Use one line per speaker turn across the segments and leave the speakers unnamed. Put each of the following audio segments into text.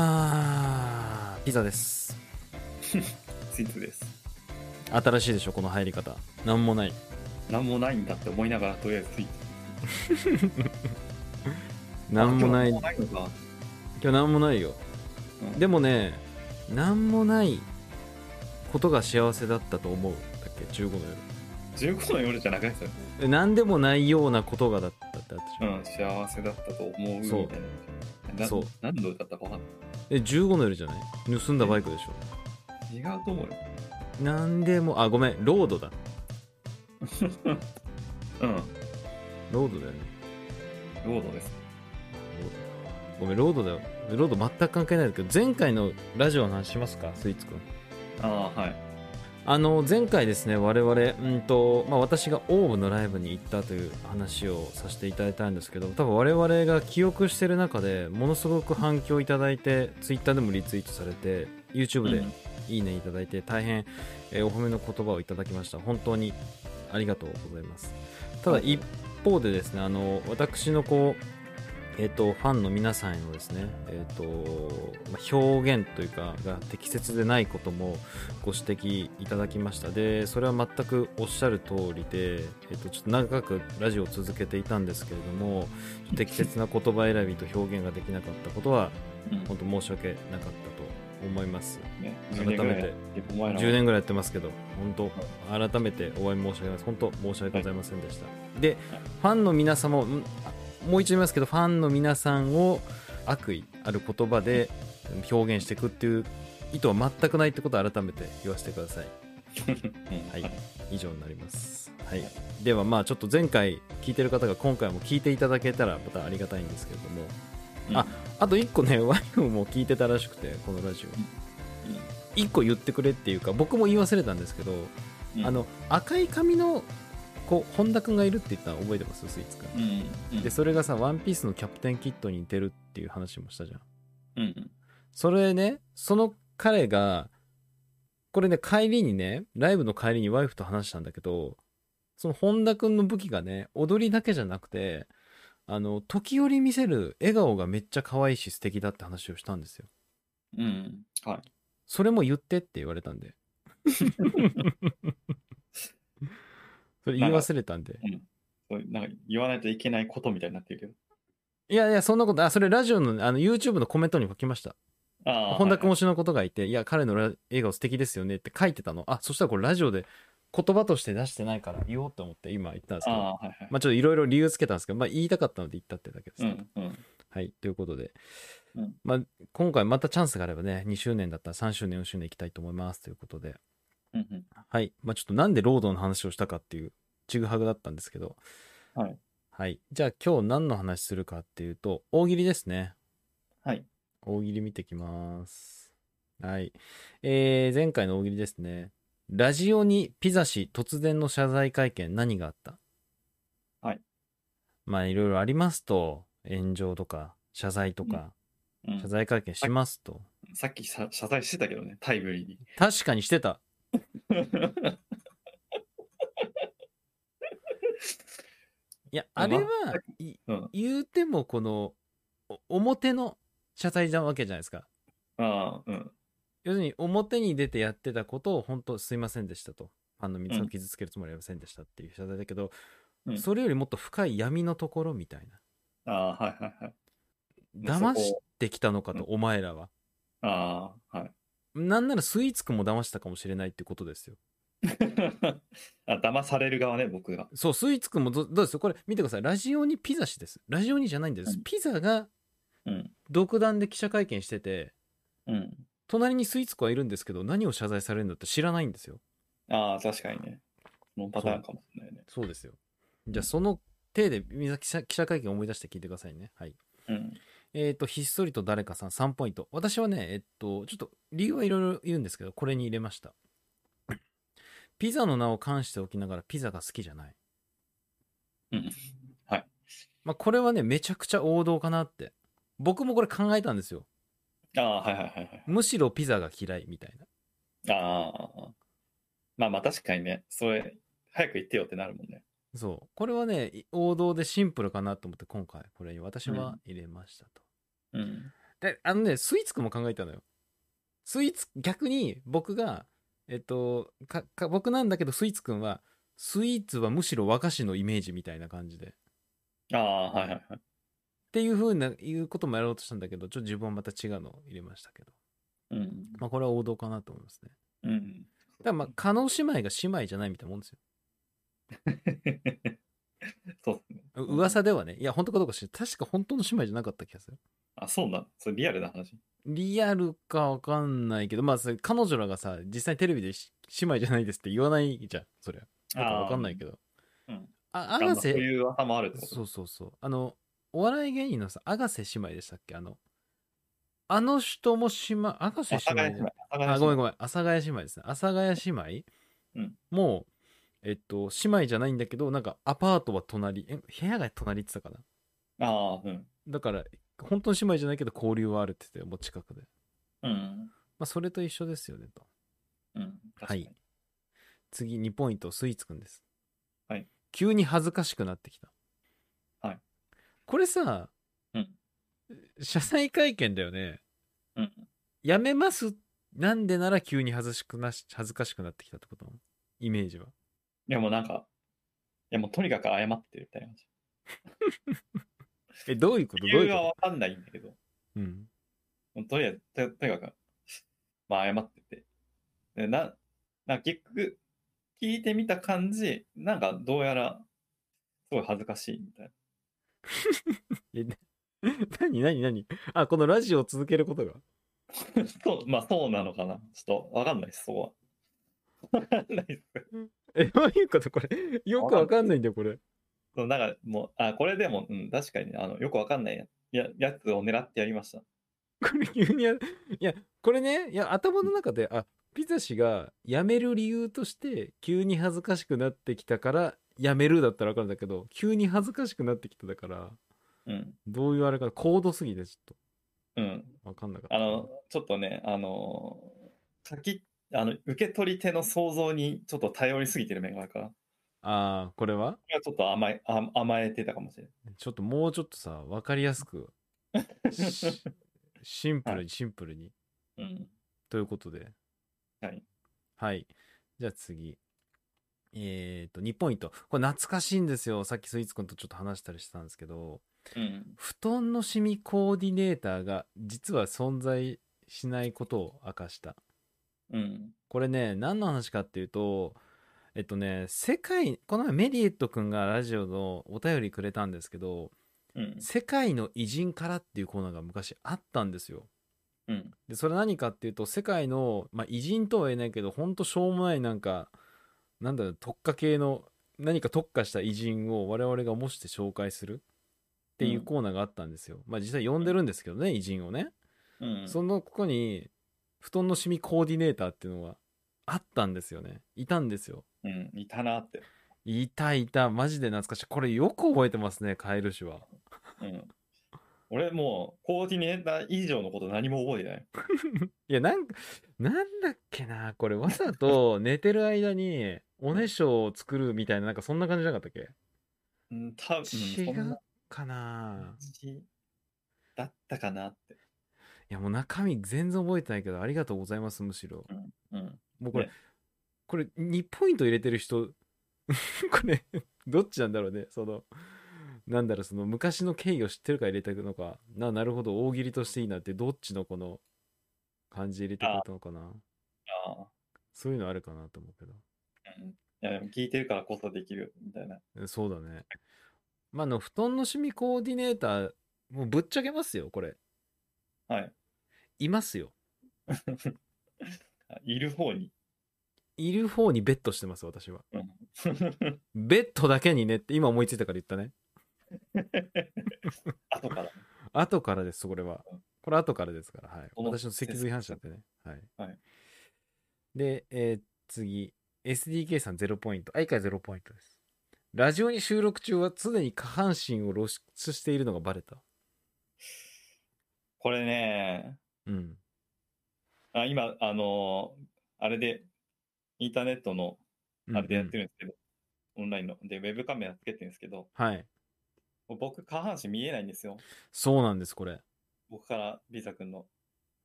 あーピザです
ツイートです。
新しいでしょこの入り方なんもない
なんもないんだって思いながら、とりあえずツイート。
なんもない
あ
今
今日なんもないのか。
日なんもないよ
うん
でもねなんもないことが幸せだったと思うだっけ15の夜
15の夜じゃなくないですよね。
え何でもないようなことがだったってあった
う
じゃん
ん、幸せだったと思うみた
そう
いな。な
そう
何度だったかわかんな
え15の夜じゃない盗んだバイクでしょ
い。違うと思うよ。
なんでもあごめんロードだ
うん、
ロードだよね
ロードです。
ごめんロードだよロード全く関係ないんだけど前回のラジオの話しますかスイーツくん
ああ、はい。
あの前回ですね我々、うんとまあ、私がオーブのライブに行ったという話をさせていただいたんですけど多分我々が記憶してる中でものすごく反響いただいてツイッターでもリツイートされて YouTube で
うん
いいねいただいて大変、えーお褒めの言葉をいただきました本当にありがとうございますただ一方でですねあの私のこうえっとファンの皆さんへのですね、えっとまあ表現というかが適切でないこともご指摘いただきましたでそれは全くおっしゃる通りで、えっとちょっと長くラジオを続けていたんですけれども適切な言葉選びと表現ができなかったことは
うん
本当申し訳なかったと思います
ね、
改
10
めて
年ぐらいやってお前らも
10年ぐらいやってますけど、本当、改めてお会い申し訳ないです。本当、申し訳ございませんでした。で、ファンの皆様を、んあもう一度言いますけど、ファンの皆さんを悪意ある言葉で表現していくっていう意図は全くないってことを改めて言わせてください。
うん
はい、以上になります。はい、では、まあ、ちょっと前回聞いてる方が今回も聞いていただけたらまたありがたいんですけれども、ああと1個ね、ワインも聞いてたらしくて、このラジオ。1個言ってくれっていうか、僕も言い忘れたんですけど、
うん
あ、の赤い髪の子本田君がいるって言ったの覚えてますスイーツ君
うん、うん
で、それがさ「ワンピースのキャプテンキッドに似てるっていう話もしたじゃん
うん、
それねその彼がこれね帰りにねライブの帰りにワイフと話したんだけどその本田君の武器がね踊りだけじゃなくてあの時折見せる笑顔がめっちゃ可愛いし素敵だって話をしたんですよ
うん、はい。
それも言ってって言われたん でそれ言い忘れたんで
そういうなんか言わないといけないことみたいになってるけど。
いやいや、そんなこと、あ、それラジオの、あの、YouTube のコメントに書きました。
ああ、
本田君
も
推しのことがいて、いや、彼のラ映画素敵ですよねって書いてたの。あ、そしたらこれラジオで言葉として出してないから言おうと思って今言ったんです
あ
けど、
あ、はいはい。
まあちょっといろいろ理由つけたんですけど、まあ言いたかったので言ったってだけです
う
ね。
ん、うん。
はい、ということで、
うん
まあ今回またチャンスがあればね、2周年だったら3周年、4周年行きたいと思いますということで、
うんうん
はい。まあ、ちょっとなんでロードの話をしたかっていう、ちぐはぐだったんですけど。
はい。
はい。じゃあ今日何の話するかっていうと、大喜利ですね。
はい。
大喜利見てきます。はい。えー、前回の大喜利ですね。ラジオにピザ氏突然の謝罪会見何があった
はい。
まあ、いろいろありますと、炎上とか、謝罪とか、
うん
謝罪会見しますと。
さっきさ謝罪してたけどね、タイムリーに。
確かにしてた。いや、あれは、い
うん、
言うてもこのお表の謝罪なわけじゃないですか
ああ、うん、
要するに表に出てやってたことを本当すいませんでしたとファンの皆さんを
うん
傷つけるつもりはありませんでしたっていう謝罪だけど、
うん
それよりもっと深い闇のところみたい
ああ、はいはいはい。
な
もう
騙
そこ
してきたのかと、
うん
お前らは
ああ、はい。
なんならスイーツくんも騙したかもしれないってことですよ
あ、騙される側ね、僕が。
そうスイーツくんもどどうですよこれ見てくださいラジオにピザ氏ですラジオにじゃないんです、
うん
ピザが
うん、
独断で記者会見してて
うん。
隣にスイーツくんはいるんですけど何を謝罪されるんだって知らないんですよ
ああ、確かにね。そのパターンかもしれないね。
そうですよ。じゃあ、その手で、みんな記者記者会見を思い出して聞いてくださいね。はい。
うん、
えっ、と、ひっそりと誰かさん3ポイント。私はね、えっと、ちょっと理由はいろいろ言うんですけど、これに入れました。 ピザの名を冠しておきながらピザが好きじゃない。
うん。はい。
まあ、これはね、めちゃくちゃ王道かなって。僕もこれ考えたんですよ。
ああ、はいはいはいはい。
むしろピザが嫌いみたいな。
ああ。まあまあ確かにね、それ、早く言ってよってなるもんね。
そう。これはね、王道でシンプルかなと思って、今回、これに私は入れましたと。
うん。
で、あのね、スイーツくんも考えたのよ。スイーツ、逆に僕が、えっと、か、か、僕なんだけど、スイーツくんは、スイーツはむしろ和菓子のイメージみたいな感じで。
ああ、はいはいはい。
っていうふうな、いうこともやろうとしたんだけど、ちょっと自分はまた違うのを入れましたけど。
うん。
まあ、これは王道かなと思いますね。
うん。
だからまあ、加納姉妹が姉妹じゃないみたいなもんですよ。
そうっすね。
う噂ではね。いや、本当かどうか知らない確か本当の姉妹じゃなかった気がする。
あ、そうなのそれリアルな話。
リアルかわかんないけど、まあ、それ彼女らがさ、実際テレビでし姉妹じゃないですって言わないじゃん、そりゃ。だからわかんないけど。
あーうん
あ、
あ
アガ
まあそう
セ、
いう噂もあるってこと
そうそうそう。あの、お笑い芸人のさ、アガセ姉妹でしたっけあの、あの人も姉妹、アガセ
阿佐
姉
ヶ谷
妹じ
姉
ゃ
妹。阿佐ヶ
あ、
谷
ごめん
姉妹
ごめん。阿佐ヶ谷姉妹ですね。阿佐ヶ谷姉妹、
うん
もう、えっと、姉妹じゃないんだけど、なんかアパートは隣、え、部屋が隣って言ってたかな
ああ、うん。
だから、本当の姉妹じゃないけど交流はあるって言ってたよ、もう近くで。
うん。
まあ、それと一緒ですよね、と。
うん。確か
は
に
い。次、2ポイント、スイーツくんです。
はい。
急に恥ずかしくなってきた。
はい。
これさ、
うん
謝罪会見だよね。
うん。
やめます。なんでなら急に恥ずしくなし、恥ずかしくなってきたってことなのイメージは。
いやもうなんか、いやもうとにかく謝ってるみたいな話。
え、どういうこと
理
どうい
由
う
は
こ
わかんないんだけど、
とうん。
もうとりあえず、ととにかく、まあ謝ってて。でな、なんか結局、聞いてみた感じ、なんかどうやら、すごい恥ずかしいみたいな。
え、な何何何あ、このラジオを続けることが。
そう、まあそうなのかな。ちょっとわかんないです、そこは。わかんないです。
え、どういうことこれ。よくわかんないんだよ、これ。
そうなんかもう、あ、これでも、うん、確かに、あの、よくわかんないやややつを狙ってやりました。
これ急にや、いや、これね、いや、頭の中で、あ、ピザ氏が辞める理由として、急に恥ずかしくなってきたから、辞めるだったらわかるんだけど、急に恥ずかしくなってきただから、
うん。
どういうあれか、高度すぎてちょっ
うん。
とわかんなかった。
あの、ちょっとね、あの、書き、あの、受け取り手の想像にちょっと頼りすぎてる面があるから、こ
あーこれは
れはちょっと甘え、あ甘えてたかもしれない。
ちょっともうちょっとさ、わかりやすく、しシンプルにシンプルに。
うん。
ということで。
はい。
はい。じゃあ次。えっ、と、2ポイント。これ懐かしいんですよ。さっきスイーツくんとちょっと話したりしたんですけど、
うん。
布団のシミコーディネーターが実は存在しないことを明かした。
うん。
これね、何の話かっていうと、えっとね、世界、この前メリエットくんがラジオのお便りくれたんですけど、
うん。
世界の偉人からっていうコーナーが昔あったんですよ。
うん。
でそれ何かっていうと世界の、まあ、偉人とは言えないけどほんとしょうもないなんかなんだろう特化系の何か特化した偉人を我々が模して紹介するっていうコーナーがあったんですよ、まあ実際呼んでるんですけどね偉人をね、
うん。
そのここに布団のシミコーディネーターっていうのがあったんですよねいたんですよ
うん。いたなって。
いたいたマジで懐かしいこれよく覚えてますねカエル氏は
うん。俺もう、コーディネーター以上のこと何も覚えてない。
いや、なんか、なんだっけな、これ、わざ と寝てる間に、おねしょを作るみたいな、なんかそんな感じじゃなかったっけ
うん、多分、
違
そんな
うかな
感。じだったかなって。
いや、もう中身全然覚えてないけど、ありがとうございます、むしろ。
うん。
もうこれ
ね、
これ、2ポイント入れてる人、こ れ、どっちなんだろうね、その、なんだろう、その、昔の経緯を知ってるから入れていくのか、な、なるほど、大喜利としていいなって、どっちのこの、感じ入れてくれたのかな。
ああ。
そういうのあるかなと思うけど。
うん。いや、でも聞いてるからこそできる、みたいな。
そうだね。まあ、あの、布団の趣味コーディネーター、もうぶっちゃけますよ、これ。
はい。
いますよ。
あいる方に。
いる方にベットしてます、私は。
うん。
ベッドだけにねって、今思いついたから言ったね。
後から。
後からです、これは
うん。
これ後からですから、はい。
この
私の脊髄反射ってね。はい。
はい
で、えー次。SDK さん0ポイント。あ、以下0ポイントです。ラジオに収録中は常に下半身を露出しているのがバレた。
これね、
うん。
あ今、あのーあれで、インターネットの、あれでやって
る。
るんですけど、オンラインの。で、ウェブカメラつけてるんですけど、
はい。
僕、下半身見えないんですよ。
そうなんです、これ。
僕からビザ君の。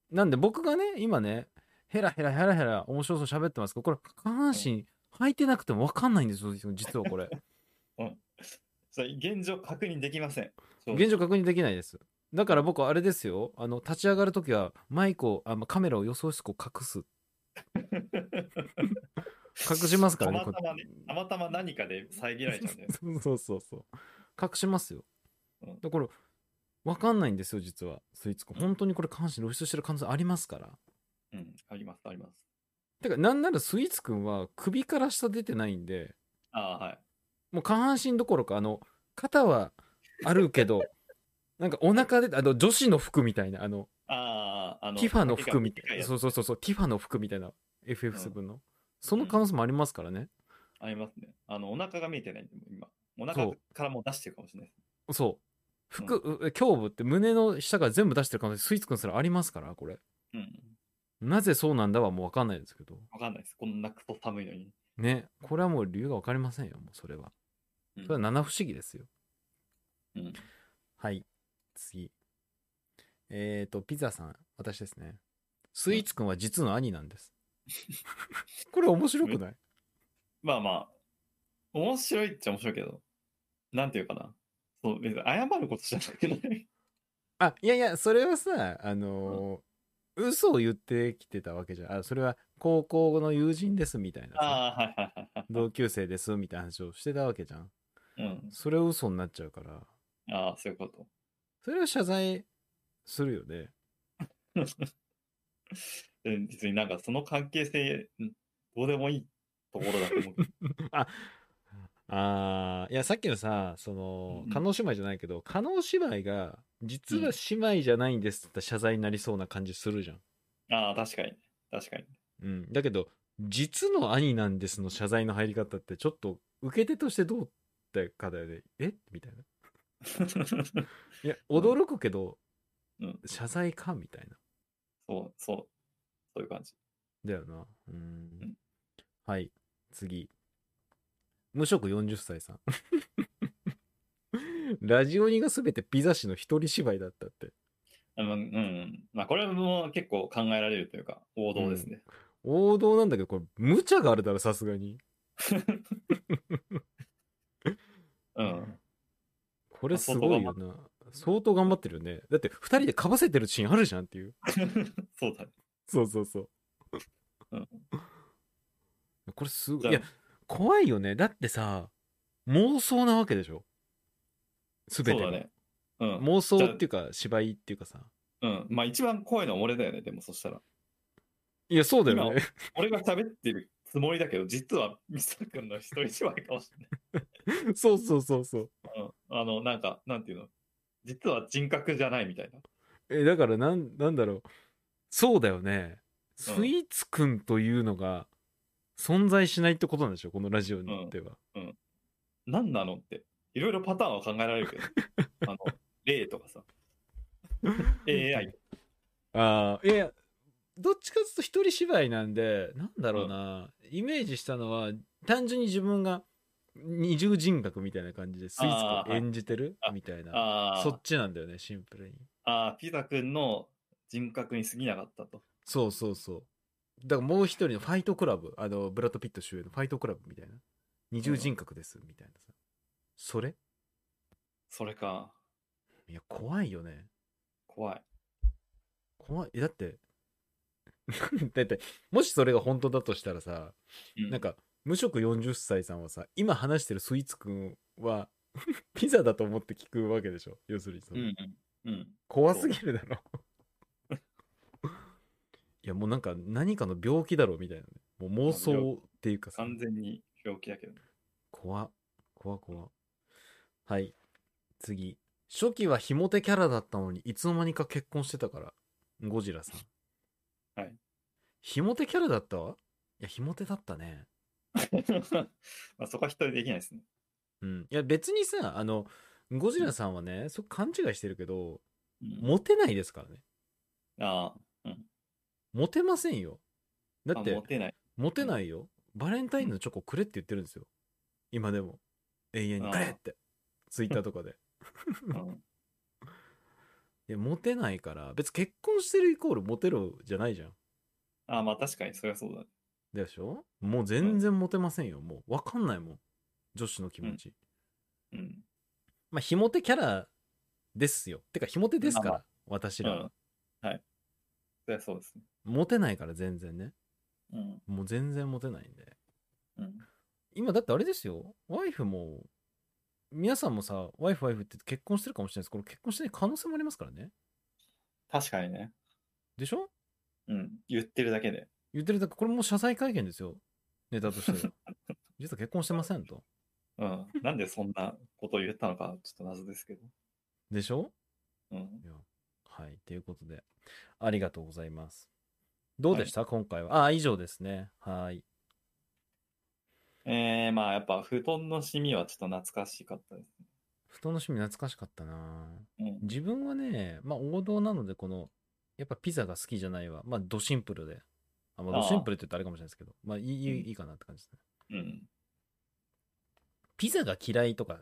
なんで僕がね、今ね、ヘラヘラヘラヘラ面白そうに喋ってますけど、これ、下半身履いてなくても分かんないんですよ、実はこれ。
それ現状確認できません。そう
現状 確認できないです。だから僕、あれですよ、あの、立ち上がるときは、マイクを、あまあカメラを予想室こう隠す。 隠しますからね
たまたまね
これ、
たまたま何かで遮られちゃうんだよね。
そうそうそう。隠しますよ
うん。
だから、分かんないんですよ、実は、スイーツ君。本当にこれ、下半身露出してる可能性ありますから。
うん、あります、あります。
てか、なんならスイーツ君は首から下出てないんで、
ああ、はい。
もう下半身どころか、あの、肩はあるけど、 なんかお腹で、あの、女子の服みたいな、あの、
ああ、あの、
ティファの服みたいな、
な。
そうそうそうそう、ティファの服みたいな、FF7 の。その可能性もありますからね。
ありますね。あの、お腹が見えてないんで、もう今。お
そ
腹
う
からもう出してるかもしれないです。
そう。服、う胸部って胸の下から全部出してる可能性、スイーツくんすらありますから、これ。
うん。
なぜそうなんだはもうわかんないですけど。
わかんないです。こんなクソ寒いのに。
ね。これはもう理由がわかりませんよ、もうそれは。
うん
それは七不思議ですよ。
うん
はい、次。えっ、と、ピザさん、私ですね。スイーツくんは実の兄なんです。これ面白くない
まあまあ、面白いっちゃ面白いけど、なんていうかな。そう、別に謝ることじゃなくない。
あ、いやいや、それはさ、あのー嘘を言ってきてたわけじゃん。あ、それは高校の友人ですみたいなさ。
ああ、はいはいはい
同級生ですみたいな話をしてたわけじゃん。
はい。 うん。
それは嘘になっちゃうから。
ああ、そういうこと。
それは謝罪するよね。
うん別になんかその関係性、うんどうでもいいところだと思う。
ああ、いや、さっきのさ、その
う、ん
加納姉妹じゃないけど、加納姉妹が、実は姉妹じゃないんですって謝罪になりそうな感じするじゃん。
ああ、確かに。確かに。
うん。だけど、実の兄なんですの謝罪の入り方って、ちょっと、受け手としてどうってかだよね。えみたいな。いや、
うん
驚くけど、
うん
謝罪かみたいな。
そう、そう。そういう感じ。
だよな。うーん
ん。
はい、次。無職40歳 さん。ラジオニがすべてピザ氏の一人芝居だったって。
あのうん。まあ、これも結構考えられるというか、王道ですね。
王道なんだけど、これ、無茶があるだろ、さすがに。
うん。
これすごいよな。相当頑張ってるよね。だって、二人でかぶせてるシーンあるじゃんっていう。
そうだね。。
そうそうそううんこれすご
じ
い。
ゃ
い
あ
や、怖いよね。だってさ、妄想なわけでしょすべ
そう
て
だ
が、
ね。うん。
妄想っていうか、芝居っていうかさ。
うん。まあ、一番怖いのは俺だよね、でもそしたら。
いや、そうだよね。
俺が喋ってるつもりだけど、実はミサ君の一人芝居かもしれない。
そうそうそうそう。
うん。あの、なんか、なんていうの。実は人格じゃないみたいな。
え、だから、なん、なんだろう。そうだよね。ス
うん
イーツくんというのが存在しないってことなんでしょこのラジオにでは。
何なのって。いろいろパターンは考えられるけど。 あの、例とかさ。AI。
ああ、いやいや、どっちかっていうと一人芝居なんで、なんだろうな、イメージしたのは、単純に自分が二重人格みたいな感じで、スイー
あ
ツ
ー
を
はい
演じてる
あ
みたいな。
あ
そっちなんだよね、シンプルに。
あ、ああ、ピザ君の人格に過ぎなかったと。
そうそうそう。だからもう一人のファイトクラブ、あの、ブラッド・ピット主演のファイトクラブみたいな。二重人格です、みたいなさ。それ
それか。
いや、怖いよね。
怖い。
怖い。えだって、 だって、もしそれが本当だとしたらさ、
うん
なんか、無職40歳さんはさ、今話してるスイーツくんは、 ピザだと思って聞くわけでしょ要するにそ
うん
の、
うん。うん。
怖すぎるだろ。いや、もうなんか、何かの病気だろ、みたいなね。もう妄想っていうかさ、
完全に病気だけど。
怖っ怖っ怖っはい、次。初期はひも手キャラだったのに、いつの間にか結婚してたから。ゴジラさん。
はい。
ひも手キャラだったわいや、ひも手だったね。
まあそこは一人できないですね。
うん、いや別にさあのゴジラさんはね、そこ勘違いしてるけど
うん
モテないですからね
あ
モテませんよ
あ、
だっ
あ
て
モテない。
モテないよバレンタインのチョコくれって言ってるんですよ今でも永遠に
あー
くれってツイッターとかで
うん
いやモテないから別に結婚してるイコールモテるじゃないじゃん
ああ、まあ確かにそりゃそうだね。
でしょもう全然モテませんよもう分かんないもん女子の気持ち、
うん。
まあひもてキャラですよてかひもてですから、
まあ
私
う
ら
ん
は、。
はい。そりゃそうですね。
モテないから全然ね
うん。
もう全然モテないんで
うん。
今だってあれですよワイフも皆さんもさワイフワイフって結婚してるかもしれないですこれ結婚してない可能性もありますからね
確かにね。
でしょ
うん。言ってるだけで。
言ってるだけこれもう謝罪会見ですよネタとして は実は結婚してませんと
うん。なんでそんなことを言ったのか、ちょっと謎ですけど。
でしょ
うん。
いやはいということでありがとうございますどうでした、今回はあ以上ですねはい
えー、まあやっぱ布団のシミはちょっと懐かしかったです
布団の趣味懐かしかったな
ね。
自分はねまあ王道なのでこのやっぱピザが好きじゃないわまあドシンプルであ、まあ、
ああ
ドシンプルって言ったらあれかもしれないですけどまあいい,いい、
うん
いいかなって感じですね
うん。うん。
ピザが嫌いとか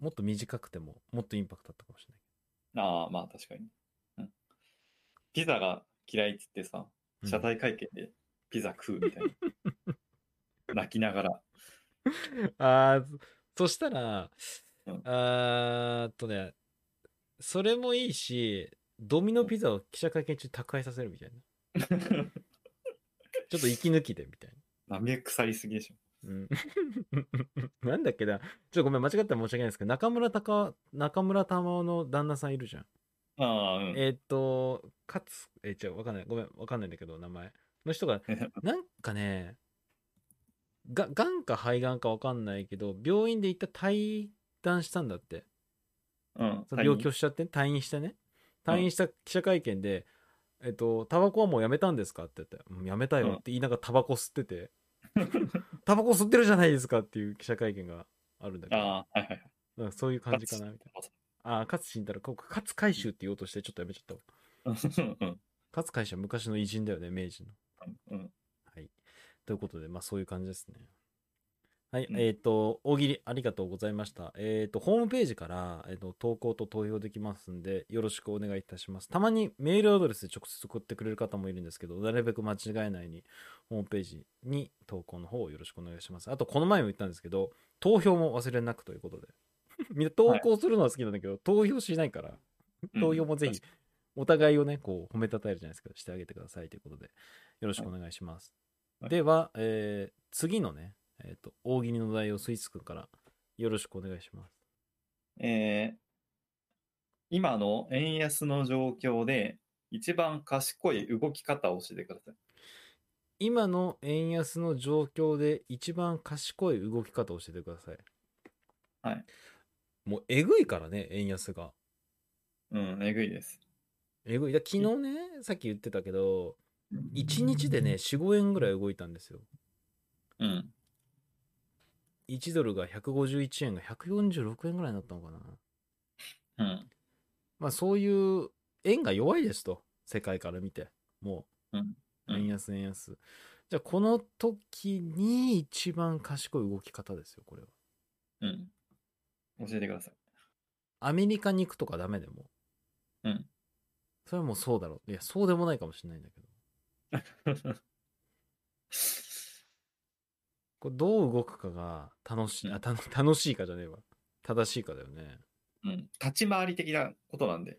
もっと短くてももっとインパクトあったかもしれない
ああ、まあ確かに。うん。ピザが嫌いって言ってさ、
うん
謝罪会見でピザ食うみたい な。泣きながら。
あーそそしたら、
うん
あーっとね、それもいいし、ドミノピザを記者会見中宅配させるみたいな。ちょっと息抜きでみたい
なめ腐りすぎでしょ。
な。うん なんだっけな。ちょっとごめん、間違ったら申し訳ないですけど、中村隆夫、中村玉緒の旦那さんいるじゃん。
ああ、うん。
えーっと、勝つ、えー、違う、わかんない。ごめん、わかんないんだけど、名前。の人 が、なんかね、が、癌か肺がんかわかんないけど、病院で一回対談したんだって。
うん。
その病気をしちゃってね退院してね退院した記者会見で「えっとタバコはもうやめたんですか?」って言って「うんやめたよ」って言いながらタバコ吸ってて 「タバコ吸ってるじゃないですか」っていう記者会見があるんだけど
ああ、はいはい
なんかそういう感じかなみたい
勝
なあー勝慎太郎ここ勝海舟って言おうとしてちょっとやめちゃったわ
はい。うん。
勝海舟は昔の偉人だよね明治の
うん。
はいということでまあそういう感じですねはい、
うん
えっ、と、大喜利ありがとうございました。えっ、と、ホームページから、えー、と投稿と投票できますんで、よろしくお願いいたします。たまにメールアドレスで直接送ってくれる方もいるんですけど、なるべく間違えないように、ホームページに投稿の方をよろしくお願いします。あと、この前も言ったんですけど、投票も忘れなくということで。 みんな投稿するのは好きなんだけど、投票しないから、
うん
投票もぜひ、お互いをね、こう、褒めたたえるじゃないですか、してあげてくださいということで、よろしくお願いします。
はい
では、えー次のね、えっ、と、大喜利の題をスイーツくんから、よろしくお願いします。
えー今の円安の状況で、一番賢い動き方を教えてください。
今の円安の状況で一番賢い動き方を教えてください。
はい。
もう、えぐいからね、円安が。
うん、えぐいです。
えぐい。だ昨日ね、さっき言ってたけど、1日でね、4、5円ぐらい動いたんですよ。
うん。
1ドルが151円が146円ぐらいになったのかな。
うん。
まあそういう円が弱いですと、世界から見て。もう、
うん
円安円安。じゃあこの時に一番賢い動き方ですよ、これは。
うん。教えてください。
アメリカに行くとかダメでも。
うん。
それはもうそうだろう。いや、そうでもないかもしれないんだけど。これどう動くかが楽しい、あ、たの 楽しいかじゃねえわ。正しいかだよね。
うん。立ち回り的なことなん
い
で。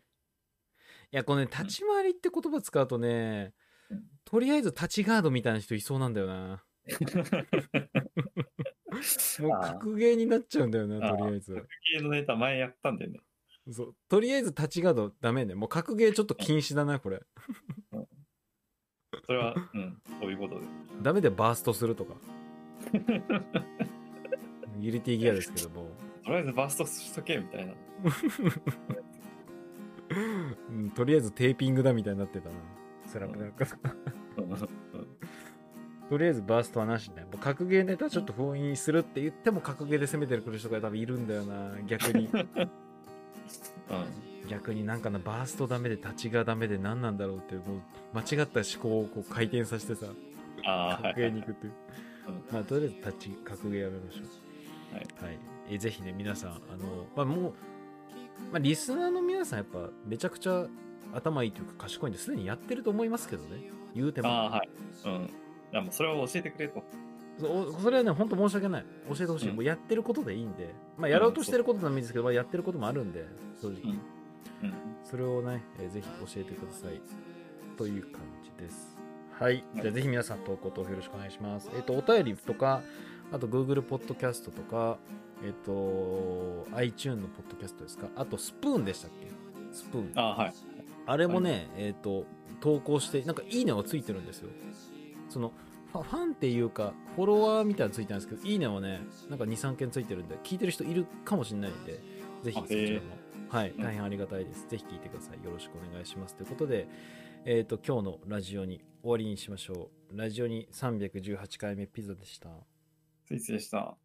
や、このね、立ち回りって言葉使うとね
うん、
とりあえず立ちガードみたいな人いそうなんだよな。もう
あー
格ゲーになっちゃうんだよな、とりあえず。
系のネタ前やったんだよね。
そう。とりあえず立ちガードダメね。もう格ゲーちょっと禁止だな、これ。
それは、うん、そういうことで。
ダメでバーストするとか。ギリティギアですけども。
とりあえずバーストしとけみたいな。
うん、とりあえずテーピングだみたいになってたな。スラムダンクとりあえずバーストはなしね。もう格ゲーネタちょっと封印するって言っても格ゲーで攻めてくる人が多分いるんだよな。逆に。
うん。
逆になんかな、バーストダメで立ちがダメで何なんだろうって、もう間違った思考をこう回転させてさ、
ああ、は
格ゲー
い。
に行くっていう。
うん
まあ、とりあえず立ち、格ゲーやめましょう。はい。えぜひね、皆さん、あの、まあもう、まあ、リスナーの皆さん、やっぱ、めちゃくちゃ頭いいというか賢いんですでにやってると思いますけどね言うて
あ
も
あ、はい。うん。いやもうそれを教えてくれと。
そそれはね本当申し訳ない教えてほしい、
うん
もうやってることでいいんで、まあ、やろうとしてることでもいいんですけど、まあ、やってることもあるんで正直、
うんうん。
それをね、えーぜひ教えてくださいという感じですはいじゃあぜひ皆さん投稿投票よろしくお願いしますえっ、とお便りとかあと Google ポッドキャストとかえっ、と iTune のポッドキャストですかあとスプーンでしたっけスプーン
ああ、はい。
あれもね、えっ、と、投稿して、なんかいいねはついてるんですよ。その、ファファンっていうか、フォロワーみたいなのついてないんですけど、いいねはね、なんか2、3件ついてるんで、聞いてる人いるかもしれないんで、ぜひ
あ
そちら
へ
も。はい、
うん
大変ありがたいです。ぜひ聞いてください。よろしくお願いします。ということで、えっ、と、今日のラジオに終わりにしましょう。ラジオに318回目ピザでした。
ついついでした。